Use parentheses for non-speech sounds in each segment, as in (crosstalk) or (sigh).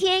又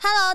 Hello，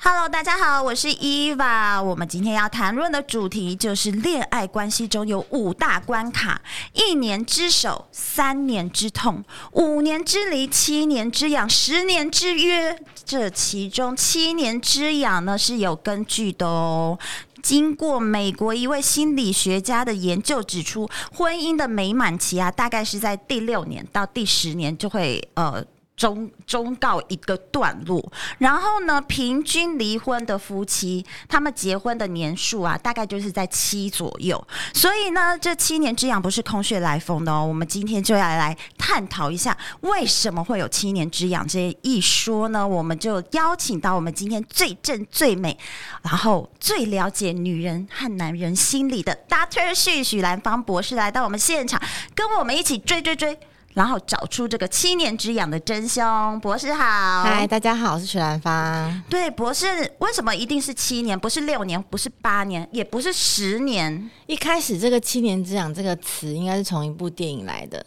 Hello，大家好，我是伊娃。我们今天要谈论的主题就是恋爱关系中有五大关卡：一年之守、三年之痛、五年之离、七年之痒、十年之约。这其中七年之痒呢是有根据的哦。经过美国一位心理学家的研究指出，婚姻的美满期啊，大概是在第六年到第十年就会呃中中告一个段落。然后呢，平均离婚的夫妻，他们结婚的年数啊，大概就是在七左右。所以呢，这七年之痒不是空穴来风的哦。我们今天就要来探讨一下，为什么会有七年之痒这一说呢？我们就邀请到我们今天最正、最美，然后最了解女人和男人心理的 Dr. 许许兰芳博士来到我们现场，跟我们一起追追追。然后找出这个七年之痒的真凶，博士好，嗨，大家好，我是许兰芳。对，博士，为什么一定是七年？不是六年，不是八年，也不是十年一开始这个“七年之痒”这个词应该是从一部电影来的，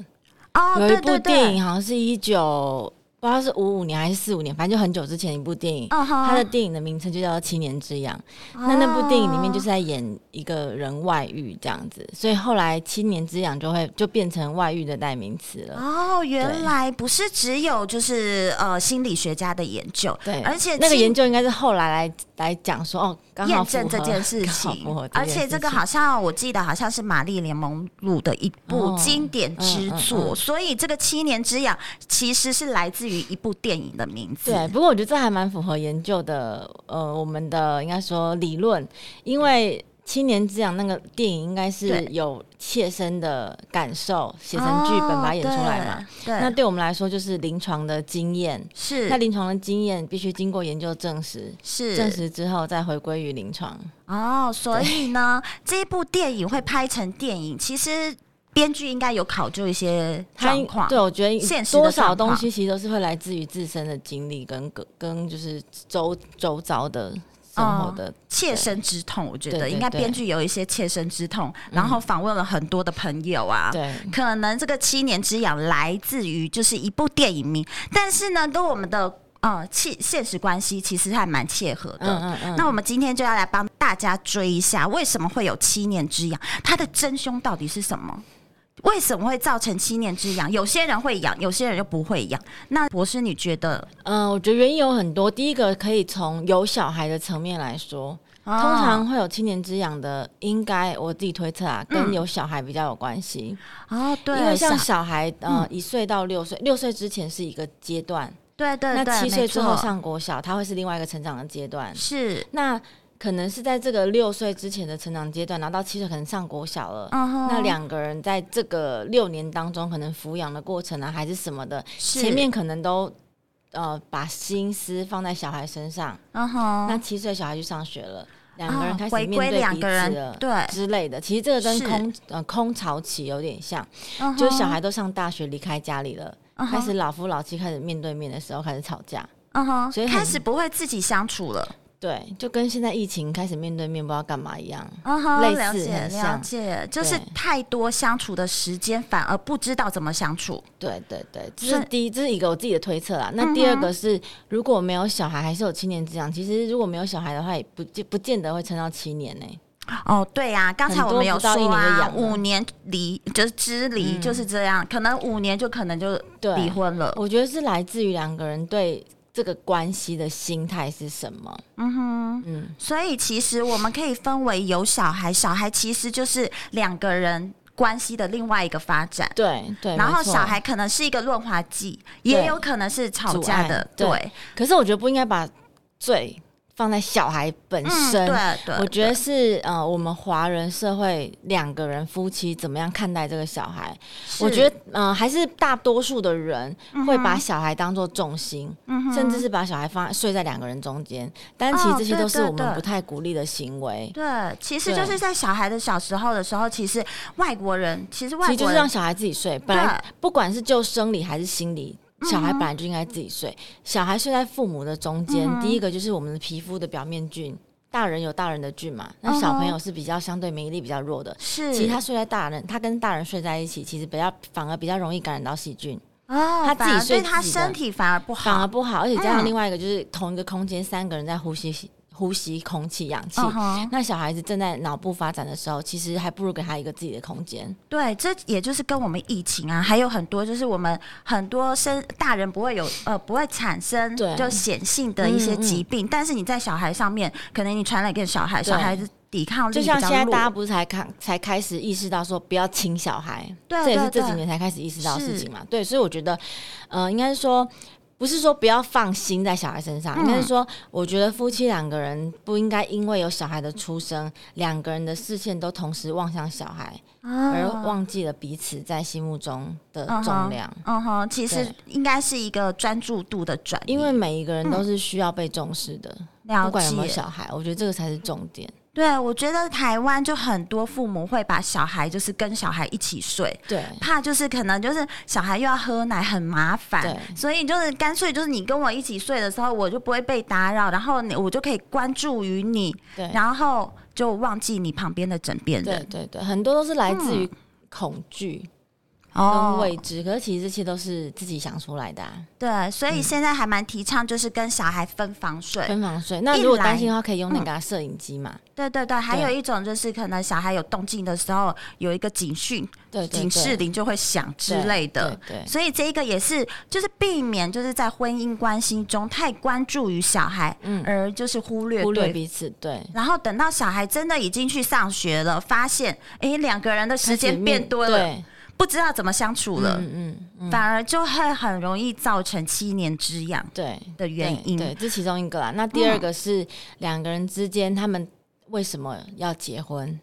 哦。有对一部对电对，影好像是一九不知道是五五年还是四五年，反正就很久之前一部电影，嗯哼它的电影的名称就叫《七年之痒》。哦那那部电影里面就是在演一个人外遇这样子，所以后来“七年之痒”就会就变成外遇的代名词了。哦，原对来不是只有就是呃心理学家的研究，对，而且那个七研究应该是后来来来讲说哦，刚好验证符这合件事刚好情符合，而件且这事个情好像我记得好像是玛丽莲梦露的一部哦经典之嗯嗯作，嗯所以这个七年之痒其实是来自于一部电影的名字。对，不过我觉得这还蛮符合研究的，呃，我们的应该说理论，因为《七年之痒》那个电影应该是对有切身的感受写成剧本把它演出来嘛。哦对，那对对我们来说就是临床的经验，是那临床的经验必须经过研究证实，是证实之后再回归于临床。哦，所以呢， (laughs) 这一部电影会拍成电影，其实编剧应该有考究一些它状况。对我觉现得实的多少状况东西其实都是会来自于自身的经历跟跟跟就是周周遭的生活嗯的切身之痛，我觉对得对应该对嗯编剧有一些切身之痛，然后访问了很多的朋友啊。对。可能这个七年之痒来自于就是一部电影名，但是呢，跟我们的呃切现实关系其实还蛮切合的。嗯嗯那我们今天就要来帮大家追一下，为什么会有七年之痒？它的真凶到底是什么？为什么会造成七年之痒？有些人会痒，有些人就不会痒。那博士，你觉得？嗯，我觉得原因有很多。第一个可以从有小孩的层面来说，通哦通常会有七年之痒的，应该我自己推测啊，跟有小孩比较有关系。哦，嗯对，因为像小嗯小孩，呃，一岁到六岁，六岁之前是一个阶段，对对对，那七岁没之后错上国小，他会是另外一个成长的阶段。是，那可能是在这个六岁之前的成长阶段，然后到七岁可能上国小了。嗯哼，那两个人在这个六年当中，可能抚养的过程啊，还是什么的，是前面可能都呃把心思放在小孩身上，嗯哼，那七岁小孩去上学了，两个人哦开始回面归对两彼个此人了，对，之类的。其实这个跟是空呃空巢期有点像，嗯就是哼小孩都上大学离开家里了，嗯开哼始老夫老妻开始面对面的时候开始吵架。嗯哼，所以很开始不会自己相处了，对，就跟现在疫情开始面对面不知道干嘛一样。嗯哼，类了似解很了像解，就是对太多相处的时间，反而不知道怎么相处。对对对，这所以嗯是第一，这是一个我自己的推测啦。那第二个是，如果没有小孩，还是有七年之痒。其实如果没有小孩的话，也不见不见得会撑到七年呢、哦，对啊，刚才很我多们有不到一说年就啊，养了嗯五年离就是支离就是这样，可能五年就可能就对离婚了。我觉得是来自于两个人对这个关系的心态是什么。嗯哼，嗯，所以其实我们可以分为有小孩，小孩其实就是两个人关系的另外一个发展。对对。然后没错小孩，可能是一个润滑剂，也对有可能是吵架的，阻对，碍可是我觉得不应该把罪放在小孩本嗯，身。对对，我觉得是呃，我们华人社会两个人夫妻怎么样看待这个小孩？是我觉得呃，还是大多数的人会把嗯哼小孩当做重心，嗯哼甚至是把小孩放睡在两个人中间。但其哦实这些对都是对我们对不太鼓励的行为。对，其实就对是在小孩的小时候的时候，其实外国人其实外其实就国是让人小孩自己睡，本来不管是就生理还是心理。嗯小孩本来就应该自己睡，小孩睡在父母的中间。嗯哼第一个就是我们的皮肤的表面菌，大人有大人的菌嘛，那小朋友是比较相对免疫力比较弱的，嗯是其实他睡在大人，他跟大人睡在一起，其实比较反而比较容易感染到细菌，哦，他自己反而睡对他自己的身体反而不好，反而不好。而且加嗯上另外一个就是同一个空间三个人在呼吸呼吸空气氧气。嗯哼那小孩子正在脑部发展的时候，其实还不如给他一个自己的空间。对，这也就是跟我们疫情啊，还有很多就是我们很多生大人不会有呃不会产生对就显性的一些嗯嗯疾病，但是你在小孩上面，可能你传染给小孩，小对孩子抵抗力就比像较现在大家弱，不是才看才开始意识到说不要亲小孩，对啊这也是对这几对年才开始意识到的事是情嘛。对，所以我觉得，呃，应该是说。不是说不要放心在小孩身上，嗯应该是说，我觉得夫妻两个人不应该因为有小孩的出生，两个人的视线都同时望向小孩，而而忘记了彼此在心目中的嗯嗯哼重量。嗯哼，其实对应该是一个专注度的转移，因为每一个人都是需要被重视的，嗯了不管有没有解。小孩，我觉得这个才是重点。对，我觉得台湾就很多父母会把小孩就是跟小孩一起睡，对，怕就是可能就是小孩又要喝奶很麻烦，对所以就是干脆就是你跟我一起睡的时候，我就不会被打扰，然后你我就可以关注于你，对，然后就忘记你旁边的嗯枕边对人对对，很多都是来自于恐惧哦跟未知，可是其实这些都是自己想出来的、啊。对，所以现在还蛮提倡就是跟小孩分房睡，分房睡，那一如果来嗯担心的话，可以用那个啊摄影机嘛，对对对，还有对一种就是可能小孩有动静的时候，有一个警讯、对对警示铃就会响之类的。，对对对所以这一个也是，就是避免就是在婚姻关系中太关注于小孩，嗯而就是忽略对，忽略对彼此，对。然后等到小孩真的已经去上学了，发现诶两个人的时开间始变面多了，对，不知道怎么相处了，嗯嗯嗯，反而就会很容易造成七年之痒对的原因。嗯对，对这其中一个啦。那第二个是两个人之间，他们为什么要结婚？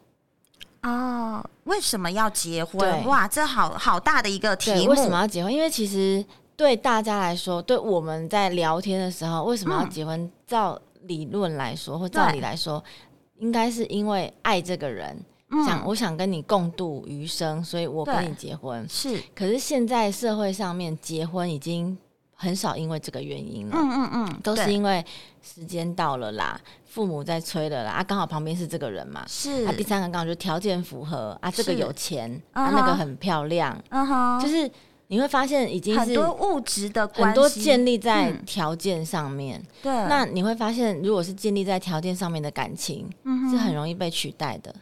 哦，为什么要结婚？对哇，这好好大的一个题对，目。为什么要结婚？因为其实对大家来说，对我们在聊天的时候，为什么要嗯结婚？照理论来说，或照对理来说，应该是因为爱这个人，嗯想我想跟你共度余生，所以我对跟你结婚。是，可是现在社会上面结婚已经很少因为这个原因了。嗯嗯嗯，都是对因为时间到了啦，父母在催了啦，啊，刚好旁边是这个人嘛，是，啊，第三个刚好就条件符合啊，这个是有钱，嗯啊，哼那个很漂亮，嗯哼，就是你会发现已经很是多物质的关系，很多建立在嗯条件上面。对，那你会发现，如果是建立在条件上面的感情，嗯是哼很容易被取代的。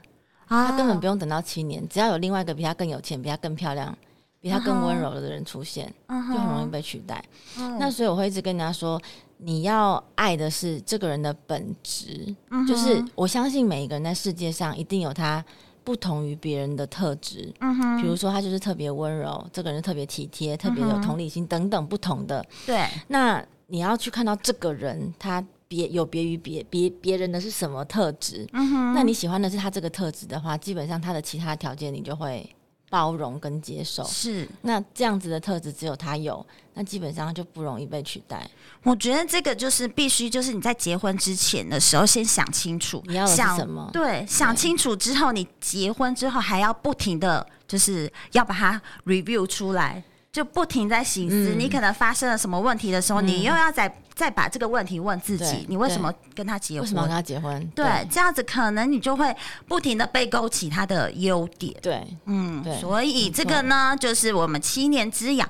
啊他根本不用等到七年，只要有另外一个比他更有钱、比他更漂亮、比他嗯更哼温柔的人出现，嗯就哼很容易被取代。嗯那所以我会一直跟人家说，你要爱的是这个人的本质，嗯哼就是我相信每一个人在世界上一定有他不同于别人的特质。嗯哼，比如说，他就是特别温柔，这个人特别体贴，特别有同理心等等不同的。对，那你要去看到这个人，他别有别于别别别人的是什么特质。嗯哼，那你喜欢的是他这个特质的话，基本上他的其他条件你就会包容跟接受。是，那这样子的特质只有他有，那基本上就不容易被取代。我觉得这个就是必须，就是你在结婚之前的时候先想清楚，你要的是想什么对，想清楚之后，你结婚之后还要不停的，就是要把它 review 出来。就不停在醒思，嗯你可能发生了什么问题的时候，你又要再再把这个问题问自己对：你为什么跟他结为什么要跟婚？他结婚？对，这样子可能你就会不停的被勾起他的优点。对，嗯对，嗯所以这个呢，就是我们七年之痒，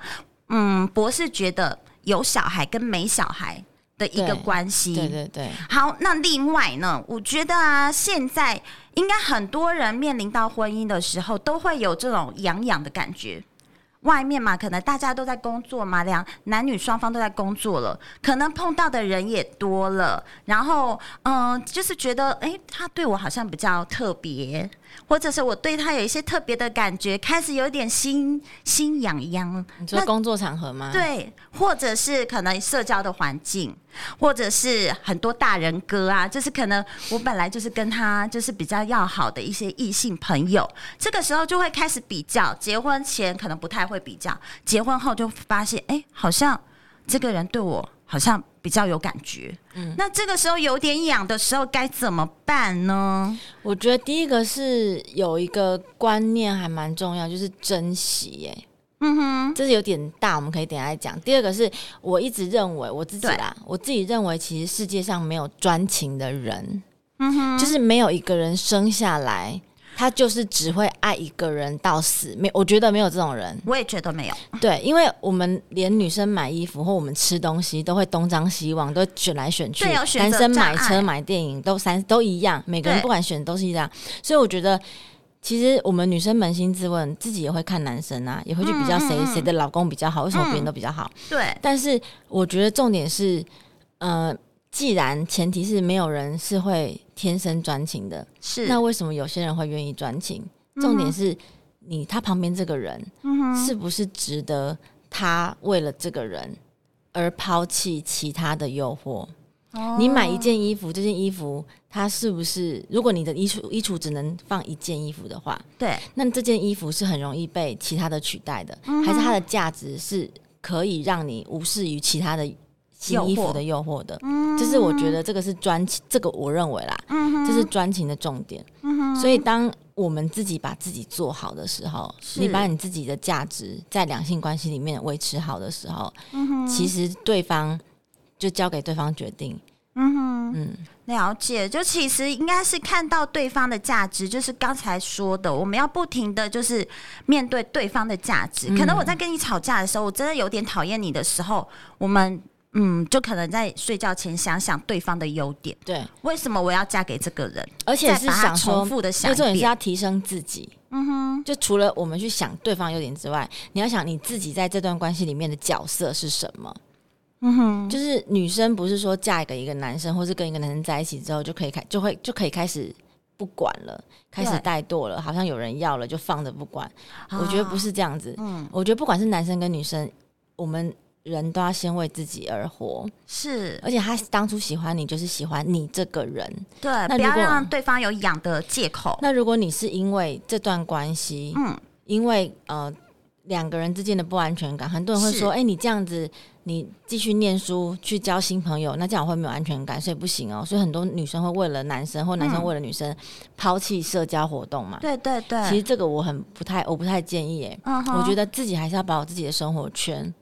嗯，博士觉得有小孩跟没小孩的一个对关系。对对对，好，那另外呢，我觉得啊，现在应该很多人面临到婚姻的时候，都会有这种痒痒的感觉。外面嘛，可能大家都在工作嘛，两男女双方都在工作了，可能碰到的人也多了，然后嗯、呃就是觉得诶，他对我好像比较特别，或者是我对他有一些特别的感觉，开始有点心心痒痒。你说那工作场合吗？对，或者是可能社交的环境，或者是很多大人哥啊，就是可能我本来就是跟他就是比较要好的一些异性朋友，这个时候就会开始比较。结婚前可能不太会比较，结婚后就发现，哎、好像这个人对我好像比较有感觉。嗯，那这个时候有点痒的时候该怎么办呢？我觉得第一个是有一个观念还蛮重要，就是珍惜耶。嗯哼，这是有点大，我们可以等一下再讲。第二个是我一直认为我自己啦，我自己认为其实世界上没有专情的人，嗯哼，就是没有一个人生下来他就是只会爱一个人到死，没我觉得没有这种人。我也觉得没有。对，因为我们连女生买衣服或我们吃东西都会东张西望，都会选来选去。对有选男择生障买车碍买电影都三都一样，每个人对不管选都是一样。所以我觉得，其实我们女生扪心自问，自己也会看男生啊，也会去比较谁嗯嗯嗯嗯谁的老公比较好，为什么别人都比较好？对，但是我觉得重点是，呃，既然前提是没有人是会天生专情的，是那为什么有些人会愿意专情？重点是你他旁边这个人，是不是值得他为了这个人而抛弃其他的诱惑？你哦买一件衣服，这件衣服它是不是？如果你的衣橱衣橱只能放一件衣服的话，对，那这件衣服是很容易被其他的取代的，嗯还是它的价值是可以让你无视于其他的新衣服的诱惑的？嗯就是我觉得这个是专情，这个我认为啦，这是专情的重点。嗯所以当我们自己把自己做好的时候，是你把你自己的价值在两性关系里面维持好的时候，嗯其实对方就交给对方决定。嗯嗯，了解，就其实应该是看到对方的价值，就是刚才说的，我们要不停的就是面对对方的价值。嗯可能我在跟你吵架的时候，我真的有点讨厌你的时候，我们嗯，就可能在睡觉前想想对方的优点，对，为什么我要嫁给这个人？而且再是把它想说重复的想最一重点是遍，要提升自己。嗯哼，就除了我们去想对方优点之外，你要想你自己在这段关系里面的角色是什么。嗯哼，就是女生不是说嫁给一个男生，或是跟一个男生在一起之后就可以开，就会就可以开始不管了，开始对怠惰了，好像有人要了就放着不管。我觉得不啊，是这样子。嗯，我觉得不管是男生跟女生，我们人都要先为自己而活。是而且他当初喜欢你，就是喜欢你这个人。对，那不如要果让对方有养的借口。那如果你是因为这段关系，嗯，因为呃两个人之间的不安全感，很多人会说：“是哎、你这样子，你继续念书去交新朋友，那这样会没有安全感，所以不行哦。”所以很多女生会为了男生，或男生嗯为了女生抛弃社交活动嘛。对对对，其实这个我很不太，我不太建议耶。嗯哼，我觉得自己还是要把我自己的生活圈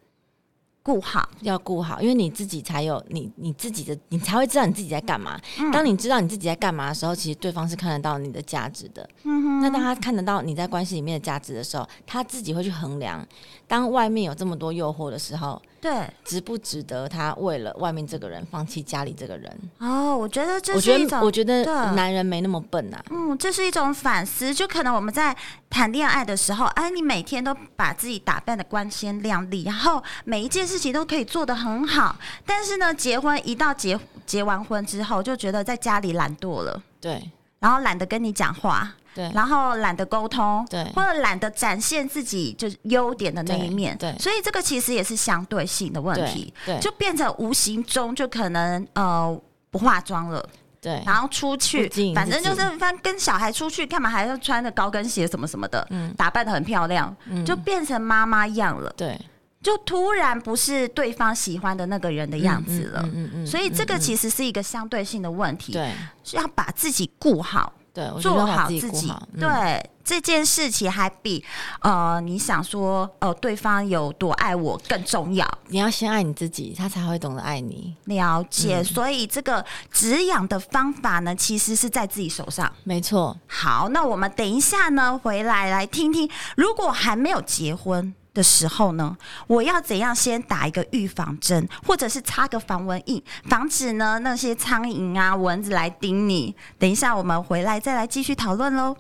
顾好，要顾好，因为你自己才有你你自己的，你才会知道你自己在干嘛。嗯当你知道你自己在干嘛的时候，其实对方是看得到你的价值的。嗯那当他看得到你在关系里面的价值的时候，他自己会去衡量，当外面有这么多诱惑的时候，对值不值得他为了外面这个人放弃家里这个人？哦，我觉得这我是觉一种得，我觉得对男人没那么笨啊。嗯，这是一种反思，就可能我们在谈恋爱的时候，哎、你每天都把自己打扮的光鲜亮丽，然后每一件事情都可以做得很好，但是呢，结婚一到结结完婚之后，就觉得在家里懒惰了，对然后懒得跟你讲话，对然后懒得沟通，对或者懒得展现自己就是优点的那一对面，对所以这个其实也是相对性的问对题，对就变成无形中就可能呃不化妆了。对然后出去哎不经，营反正自就己是反正跟小孩出去，干嘛还要穿着高跟鞋什么什么的，嗯打扮的很漂亮，嗯就变成妈妈样了，对就突然不是对方喜欢的那个人的样子了。嗯嗯嗯嗯所以这个嗯嗯其实是一个相对性的问题，对是要把自己顾好，对，我觉得做要把好自己自顾己好，。嗯对，这件事情还比呃你想说呃对方有多爱我更重要。你要先爱你自己，他才会懂得爱你。了解，嗯所以这个止痒的方法呢，其实是在自己手上。没错，好，那我们等一下呢，回来来听听，如果还没有结婚的时候呢，我要怎样先打一个预防针，或者是擦个防蚊液，防止呢那些苍蝇啊、蚊子来叮你。等一下我们回来再来继续讨论喽。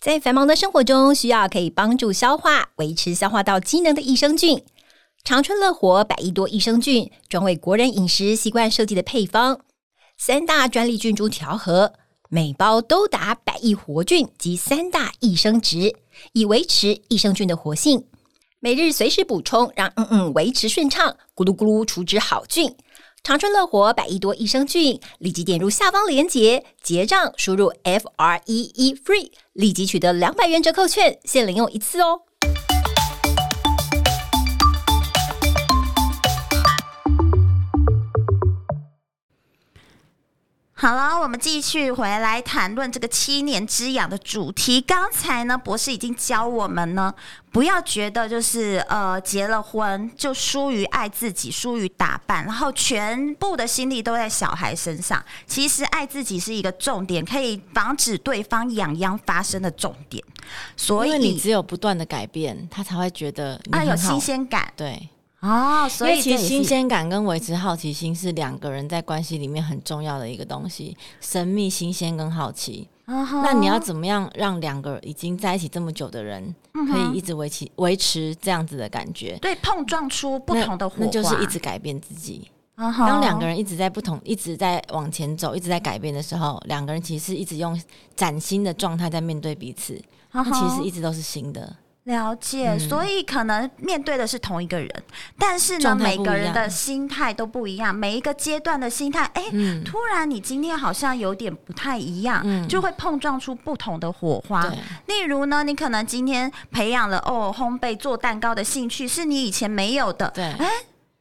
在繁忙的生活中，需要可以帮助消化、维持消化道机能的益生菌。长春乐活百亿多益生菌，专为国人饮食习惯设计的配方，三大专利菌株调和，每包都达百亿活菌及三大益生值，以维持益生菌的活性。每日随时补充，让嗯嗯维持顺畅，咕噜咕噜除脂好菌。长春乐活百亿多益生菌，立即点入下方链接结账，输入 F R E E FREE，立即取得两百元折扣券，限领用一次哦。好了，我们继续回来谈论这个七年之痒的主题。刚才呢，博士已经教我们呢，不要觉得就是呃结了婚就疏于爱自己、疏于打扮，然后全部的心力都在小孩身上。其实爱自己是一个重点，可以防止对方痒痒发生的重点。所因为你以只有不断的改变，他才会觉得你啊，很有好新。鲜感对，哦，因所以为其这实也新是鲜感跟维持好奇心是两个人在关系里面很重要的一个东西，神秘、新鲜跟好奇。啊那那你要怎么样让两个已经在一起这么久的人，嗯可以一直维持维持这样子的感觉？对碰撞出不同的火花，那，那就是一直改变自己。嗯哼当两个人一直在不同、一直在往前走、一直在改变的时候，两个人其实是一直用崭新的状态在面对彼此，嗯那哼其实一直都是新的。了解，嗯所以可能面对的是同一个人，但是呢，状态每不一样个人的心态都不一样，每一个阶段的心态，哎、嗯突然你今天好像有点不太一样，嗯就会碰撞出不同的火花对。例如呢，你可能今天培养了哦烘焙做蛋糕的兴趣，是你以前没有的，对哎、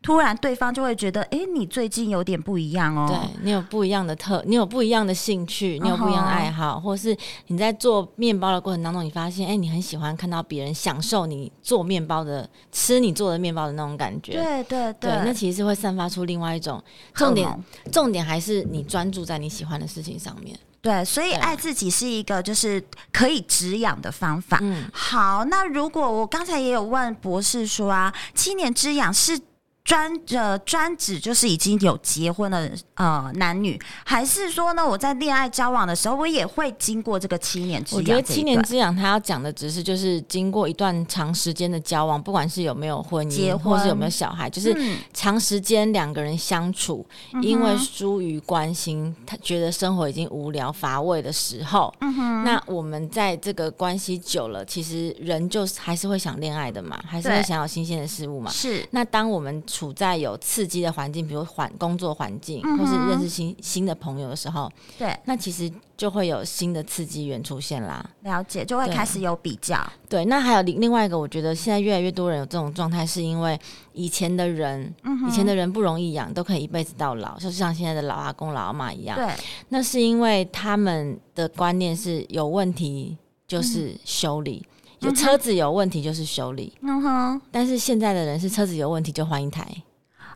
突然对方就会觉得，哎、你最近有点不一样哦，对你有不一样的特，你有不一样的兴趣，你有不一样的爱啊好，或是你在做面包的过程当中，你发现，哎、你很喜欢看到别人享受你做面包的、吃你做的面包的那种感觉。对对对，那其实是会散发出另外一种荷重蒙点，重点还是你专注在你喜欢的事情上面。对，所以对爱自己是一个就是可以止痒的方法。嗯好，那如果我刚才也有问博士说啊，七年之痒是专呃专指就是已经有结婚的呃男女，还是说呢我在恋爱交往的时候我也会经过这个七年之我痒觉这一得段？七年之痒，他要讲的只是就是经过一段长时间的交往，不管是有没有婚姻，结或是有婚没有小孩，就是嗯长时间两个人相处，嗯哼因为疏于关心，他觉得生活已经无聊乏味的时候，嗯那我们在这个关系久了，其实人就是还是会想恋爱的嘛，还是对会想有新鲜的事物嘛。是那当我们处在有刺激的环境，比如环工作环境，嗯或是哼认识新新的朋友的时候，对那其实就会有新的刺激源出现啦。了解，就会对开始有比较。对，那还有另另外一个，我觉得现在越来越多人有这种状态，是因为以前的人，嗯以前的人不容易养，都可以一辈子到老，就是像现在的老阿公、老阿妈一样。对，那是因为他们的观念是有问嗯题就是修理，有车子有问题就是修理。嗯哼，但是现在的人是车子有问题就换一台，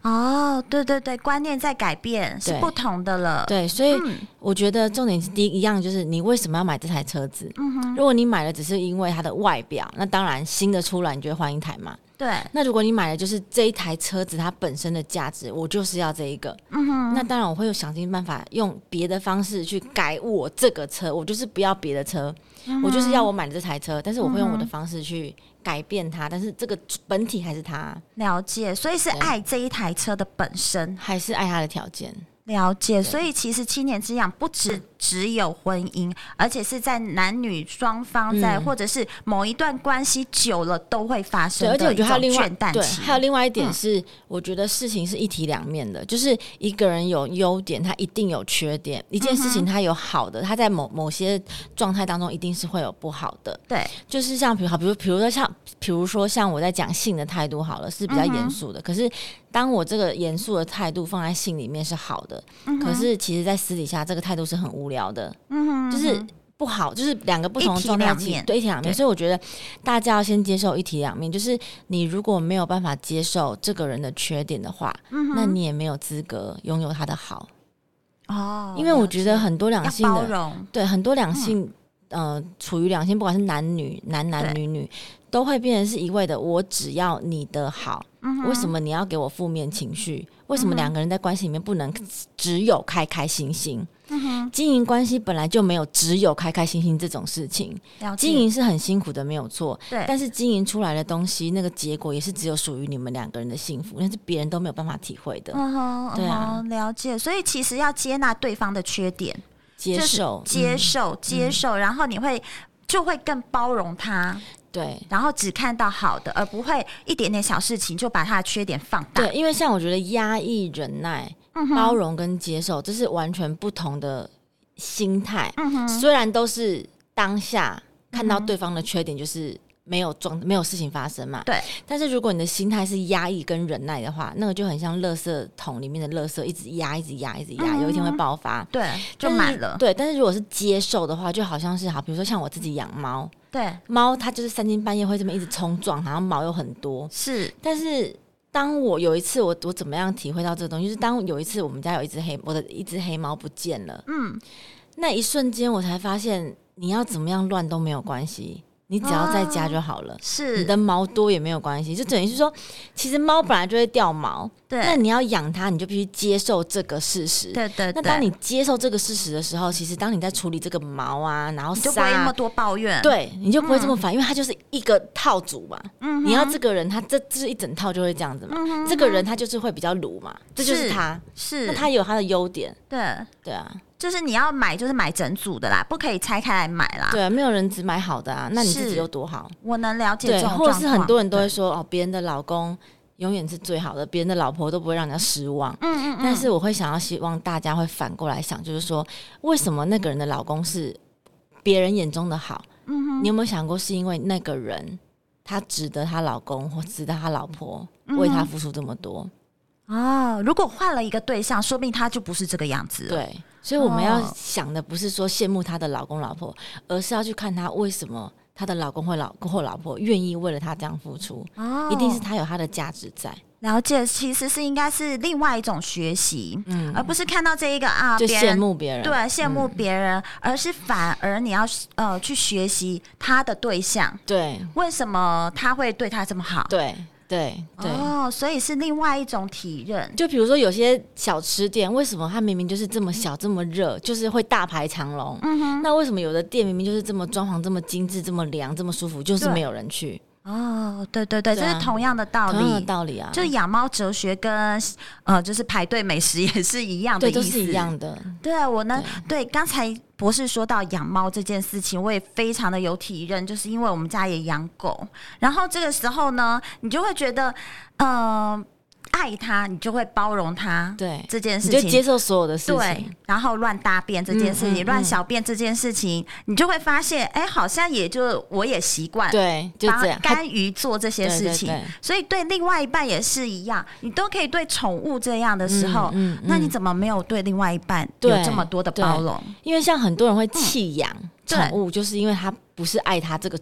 哦，对对对，观念在改变，是对不同的了。对，所以嗯我觉得重点是第一一样就是你为什么要买这台车子？嗯哼，如果你买了只是因为它的外表，那当然新的出来你就会换一台嘛。对，那如果你买的就是这一台车子它本身的价值，我就是要这一个，嗯哼，那当然我会有想尽办法用别的方式去改我这个车，我就是不要别的车，嗯我就是要我买的这台车，但是我会用我的方式去改变它，但是这个本体还是它，了解，所以是对爱这一台车的本身。还是爱它的条件。了解，所以其实七年之痒不只只有婚姻，而且是在男女双方在，嗯或者是某一段关系久了都会发生对，而且我的一觉得种还有另外倦怠对，期。还有另外一嗯点是，我觉得事情是一体两面的，就是一个人有优点，他一定有缺点；一件嗯事情他有好的，他在某某些状态当中一定是会有不好的。对，就是嗯像比如好，比如比如说像，比如说像我在讲性的态度好了，是比较严肃的。可是当我这个严肃的态度放在信里面是好的，嗯哼可是其实在私底下这个态度是很无聊的，嗯哼就是不好，就是两个不同的状态一体两起面对一体两面。对所以我觉得大家要先接受一体两面，就是你如果没有办法接受这个人的缺点的话，嗯哼那你也没有资格拥有他的好，哦，因为我觉得很多两要性包的容，对很多嗯两性。呃，处于两性，不管是男女、男男对女女，都会变成是一味的。我只要你的好，嗯哼为什么你要给我负面情绪？为什么两个人在关系里面不能只有开开心心？嗯哼经营关系本来就没有只有开开心心这种事情，了解经营是很辛苦的，没有错。对，但是经营出来的东西，那个结果也是只有属于你们两个人的幸福，那是别人都没有办法体会的。嗯哼，对啊嗯哼了解。所以其实要接纳对方的缺点，接受，就是接嗯受，接受，然后你会就会更包容他，对然后只看到好的，而不会一点点小事情就把他的缺点放大。对，因为像我觉得压抑、忍耐、嗯哼包，容跟接受，这是完全不同的心态。嗯哼，虽然都是当下看到对方的缺点，就是没有状没有事情发生嘛。对。但是如果你的心态是压抑跟忍耐的话，那个就很像垃圾桶里面的垃圾，一直压，一直压，一直压，嗯有一天会爆发。对，就但是满了。对，但是如果是接受的话，就好像是好，比如说像我自己养猫，对，猫它就是三更半夜会这么一直冲撞，然后毛又很多，是，但是当我有一次我我怎么样体会到这个东西，就是当有一次我们家有一只黑我的一只黑猫不见了，嗯，那一瞬间我才发现，你要怎么样乱都没有关系，你只要在家就好了。嗯是你的毛多也没有关系，就等于是说，其实猫本来就会掉毛，对，那你要养它，你就必须接受这个事实。对对对。那当你接受这个事实的时候，其实当你在处理这个毛啊，然后你就不沙会那啊、么多抱怨，，对，你就不会这么烦，因为它就是一个套组嘛。嗯哼你要这个人，他这这一整套就会这样子嘛。这个人他就是会比较鲁嘛，这嗯就是是他。是那他也有他的优点，对，对啊，就是你要买就是买整组的啦，不可以拆开来买啦。对啊，没有人只买好的啊，那你自是己有多好？我能了解这对，种或者是状况很多人都会说哦，别人的老公永远是最好的，别人的老婆都不会让人家失望。嗯嗯嗯，但是我会想要希望大家会反过来想，就是说，为什么那个人的老公是别人眼中的好？嗯哼你有没有想过，是因为那个人他值得他老公或值得他老婆嗯为他付出这么多？哦，如果换了一个对象，说不定他就不是这个样子了。对，所以我们要哦想的不是说羡慕她的老公老婆，而是要去看她为什么她的老公或老公或老婆愿意为了她这样付出，哦一定是她有她的价值在。了解，其实是应该是另外一种学习，嗯而，不是看到这一个啊，就别羡人慕别人。对羡慕别人，而是反而你要呃去学习他的对象，对为什么他会对他这么好？对对对。哦，所以是另外一种体认，就比如说，有些小吃店，为什么它明明就是这么小、这么热，就是会大排长龙？嗯哼，那为什么有的店明明就是这么装潢、这么精致、这么凉、这么舒服，就是对没有人去？哦，对对对，对啊这是同样的道同样的理。道理啊，就养猫哲学跟呃，就是排队美食也是一样的对，意思，都是一样的。对，啊我呢，对刚才博士说到养猫这件事情，我也非常的有体认，就是因为我们家也养狗，然后这个时候呢，你就会觉得，呃，爱它，你就会包容它，对，这件你事就接情。受所有的事对情。，然后乱大便这件事情，嗯嗯乱嗯小便这件事情，你就会发现，哎，好像也就我也习惯，对，就帮这样。甘于做这些 (laughs) 对事对情，对所以对另外一半也是一样，你都可以对宠物这样的时候，嗯嗯那你嗯怎么没有对另外一半有对这么多的对包容？因为像很多人会弃养对宠物，就是因为他不是爱他这个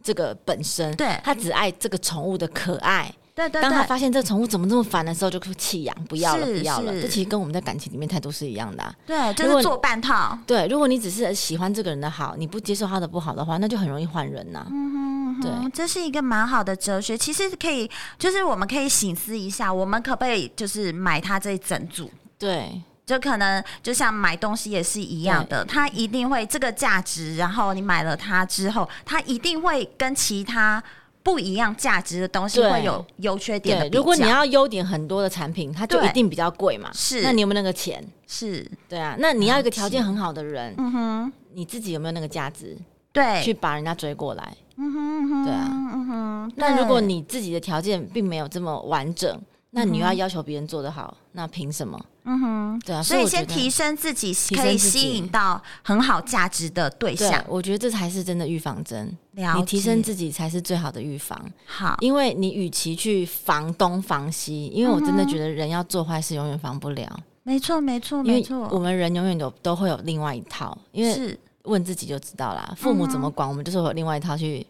这个本身，对他只爱这个宠物的可爱。对对当他对，发现这个宠物怎么这么烦的时候，就弃养，不要了，是不要了。是这其实跟我们在感情里面态度是一样的啊、对，如就果是你做半套。对，如果你只是喜欢这个人的好，你不接受他的不好的话，那就很容易换人呐、嗯哼对嗯哼这是一个蛮好的哲学。其实可以，就是我们可以醒思一下，我们可不可以就是买它这一整组？对就可能就像买东西也是一样的，它一定会这个价值，然后你买了它之后，它一定会跟其他不一样价值的东西对会有优缺点的对比，较。如果你要优点很多的产品，它就对一定比较贵嘛。是那你有没有那个钱？是，对啊，那你要一个条件很好的人，嗯哼，你自己有没有那个价值对，去把人家追过来？嗯哼嗯哼，对啊嗯哼。那如果对你自己的条件并没有这么完整，那你又要要求别人做得好，那凭什么？嗯哼，对啊，所以我觉先得提升自己，提可以升自己吸引到很好价值的对对象。，我觉得这才是真的预防针。了你提升解自己才是最好的预防，好，因为你与其去防东防西，因为我嗯真的觉得人要做坏事永远防不了，没错，没错，因没为我错，们人永远有都会有另外一套，因为是问自己就知道啦。父母怎么管，我们就是会有另外一套去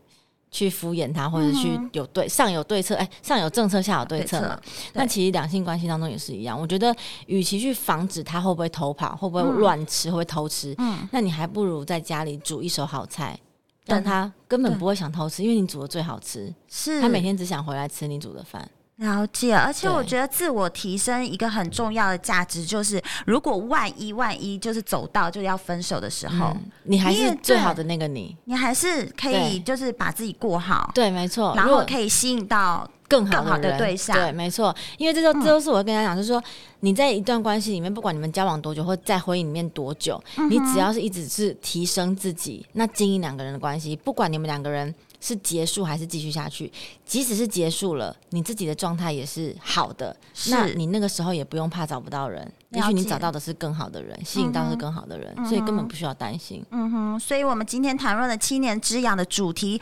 去敷衍他，或者去嗯嗯哼有对上有对策，哎，上有政策，下有对策嘛。那其实两性关系当中也是一样，我觉得与其去防止他会不会偷跑，会不会乱吃，会不会偷吃，嗯那你还不如在家里煮一手好菜，让他根本不会想偷吃，因为你煮的最好吃，是他每天只想回来吃你煮的饭。了解，而且我对觉得自我提升一个很重要的价值就是，如果万一万一就是走到就要分手的时候，嗯，你还你也是最好的那个你。你还是可以对就是把自己过好，对，没错。然如后果可以吸引到更好更好的人对象嗯对，没错。因为这就这都是我跟他讲，就是说你在一段关系里面，不管你们交往多久，或在婚姻里面多久，嗯你只要是一直是提升自己，那经营两个人的关系，不管你们两个人是结束还是继续下去，即使是结束了，你自己的状态也是好的，是那你那个时候也不用怕找不到人，了解也许你找到的是更好的人，吸引到的是更好的人，所以根本不需要担心。嗯哼，所以我们今天谈论的七年之痒的主题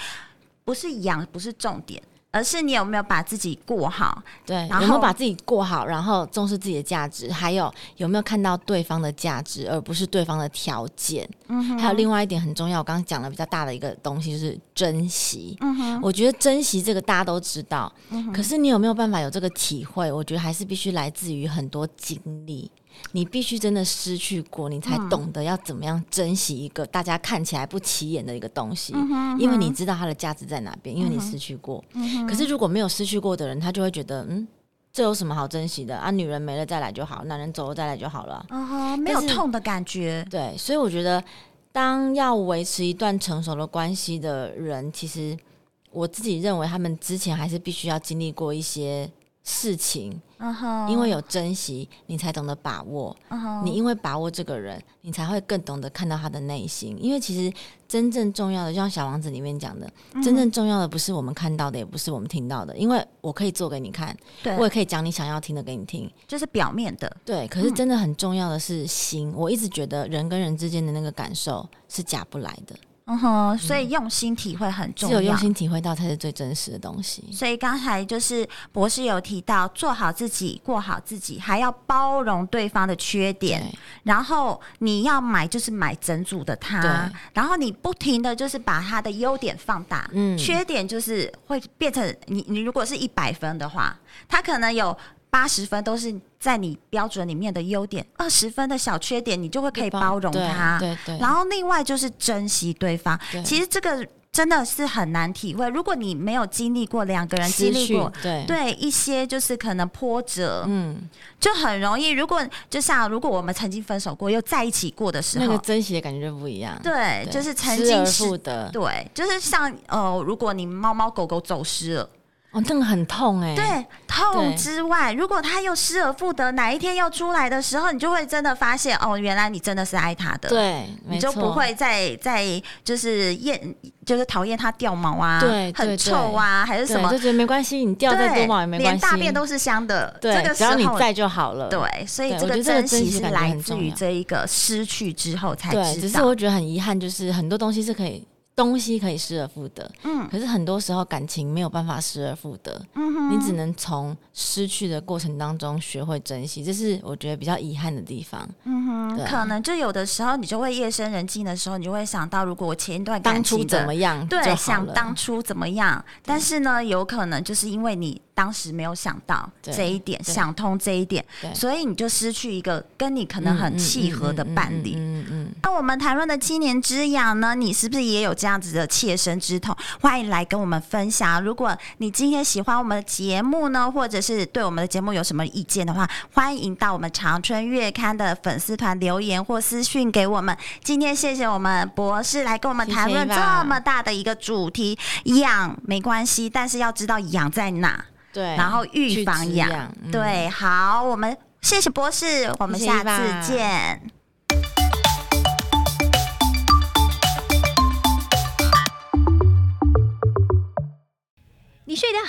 不是痒，不是重点，而是你有没有把自己过好，对，然有没后有把自己过好，然后重视自己的价值，还有有没有看到对方的价值，而不是对方的条件。嗯还有另外一点很重要，我刚刚讲的比较大的一个东西就是珍惜。嗯我觉得珍惜这个大家都知道，可是你有没有办法有这个体会？我觉得还是必须来自于很多经历。你必须真的失去过，你才嗯懂得要怎么样珍惜一个大家看起来不起眼的一个东西，嗯因为你知道它的价值在哪边，因为你失去过。嗯可是如果没有失去过的人，他就会觉得，嗯，这有什么好珍惜的啊？女人没了再来就好，男人走了再来就好了啊。嗯哼，没有但是痛的感觉，对，所以我觉得，当要维持一段成熟的关系的人，其实我自己认为，他们之前还是必须要经历过一些事情，嗯哼，因为有珍惜，你才懂得把握。嗯哼你因为把握这个人，你才会更懂得看到他的内心。因为其实真正重要的，就像《小王子》里面讲的，嗯真正重要的不是我们看到的，也不是我们听到的，因为我可以做给你看，我也对，可以讲你想要听的给你听。就是表面的，对，可嗯是真的很重要的是心。我一直觉得人跟人之间的那个感受是假不来的，嗯哼，所以用心体会很重只要，有用心体会到才是最真实的东西。所以刚才就是博士有提到，做好自己，过好自己，还要包容对方的缺点对，然后你要买就是买整组的它对，然后你不停的就是把它的优点放大，嗯缺点就是会变成你你如果是一百分的话，它可能有。八十分都是在你标准里面的优点，二十分的小缺点你就会可以包容它，对对对，然后另外就是珍惜对方对。其实这个真的是很难体会，如果你没有经历过两个人经失历去过。对，对一些就是可能波折，嗯，就很容易。如果就像如果我们曾经分手过又在一起过的时那候，个珍惜的感觉就不一样。对，对，就是曾失经而是复，得，对，就是像呃，如果你猫猫狗狗走失了，哦，那个很痛哎、对，痛对之外，如果它又失而复得，哪一天要出来的时候，你就会真的发现哦，原来你真的是爱它的，对，你没就不错会再再就是厌，就是讨厌它掉毛啊，对对很臭啊，还是对什么就，觉得没关系，你掉对，再多毛也没连关系，大便都是香的。对这，个只时要候你在就好了。对，所以对这我个觉得这个珍惜珍惜是感觉来很自重于要这一个失去之后才对，只知是道。我觉得很遗憾，就是很多东西是可以。东西可以失而复得，嗯可是很多时候感情没有办法失而复得，嗯哼，你只能从失去的过程当中学会珍惜，这是我觉得比较遗憾的地方。嗯哼，对啊可能就有的时候你就会夜深人静的时候，你就会想到，如果我前一段感当初情怎么的。样就对，好想了当初怎么样？但是呢，有可能就是因为你当时没有想到对这一点，对想通这一点，对所以你就失去一个跟你可嗯能很嗯契合的嗯嗯伴嗯侣。嗯嗯那我们谈论的七年之痒呢，你是不是也有这样子的切身之痛？欢迎来跟我们分享。如果你今天喜欢我们的节目呢，或者是对我们的节目有什么意见的话，欢迎到我们长春月刊的粉丝团留言或私讯给我们。今天谢谢我们博士来跟我们谈论谢这谢吧么大的一个主题，痒没关系，但是要知道痒在哪，对，然后预防去止痒。嗯对，好，我们谢谢博士，我们谢谢下伊爸次见。你睡得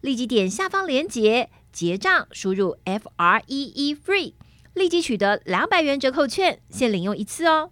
立即点下方链接结账，输入 F R E E FREE，立即取得两百元折扣券，限领用一次哦。